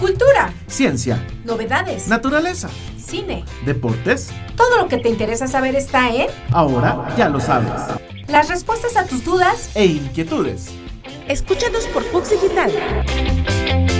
Cultura, ciencia, novedades, naturaleza, cine. deportes. Todo lo que te interesa saber está en Ahora ya lo sabes. las respuestas a tus dudas E inquietudes. Escúchanos por Fox Digital.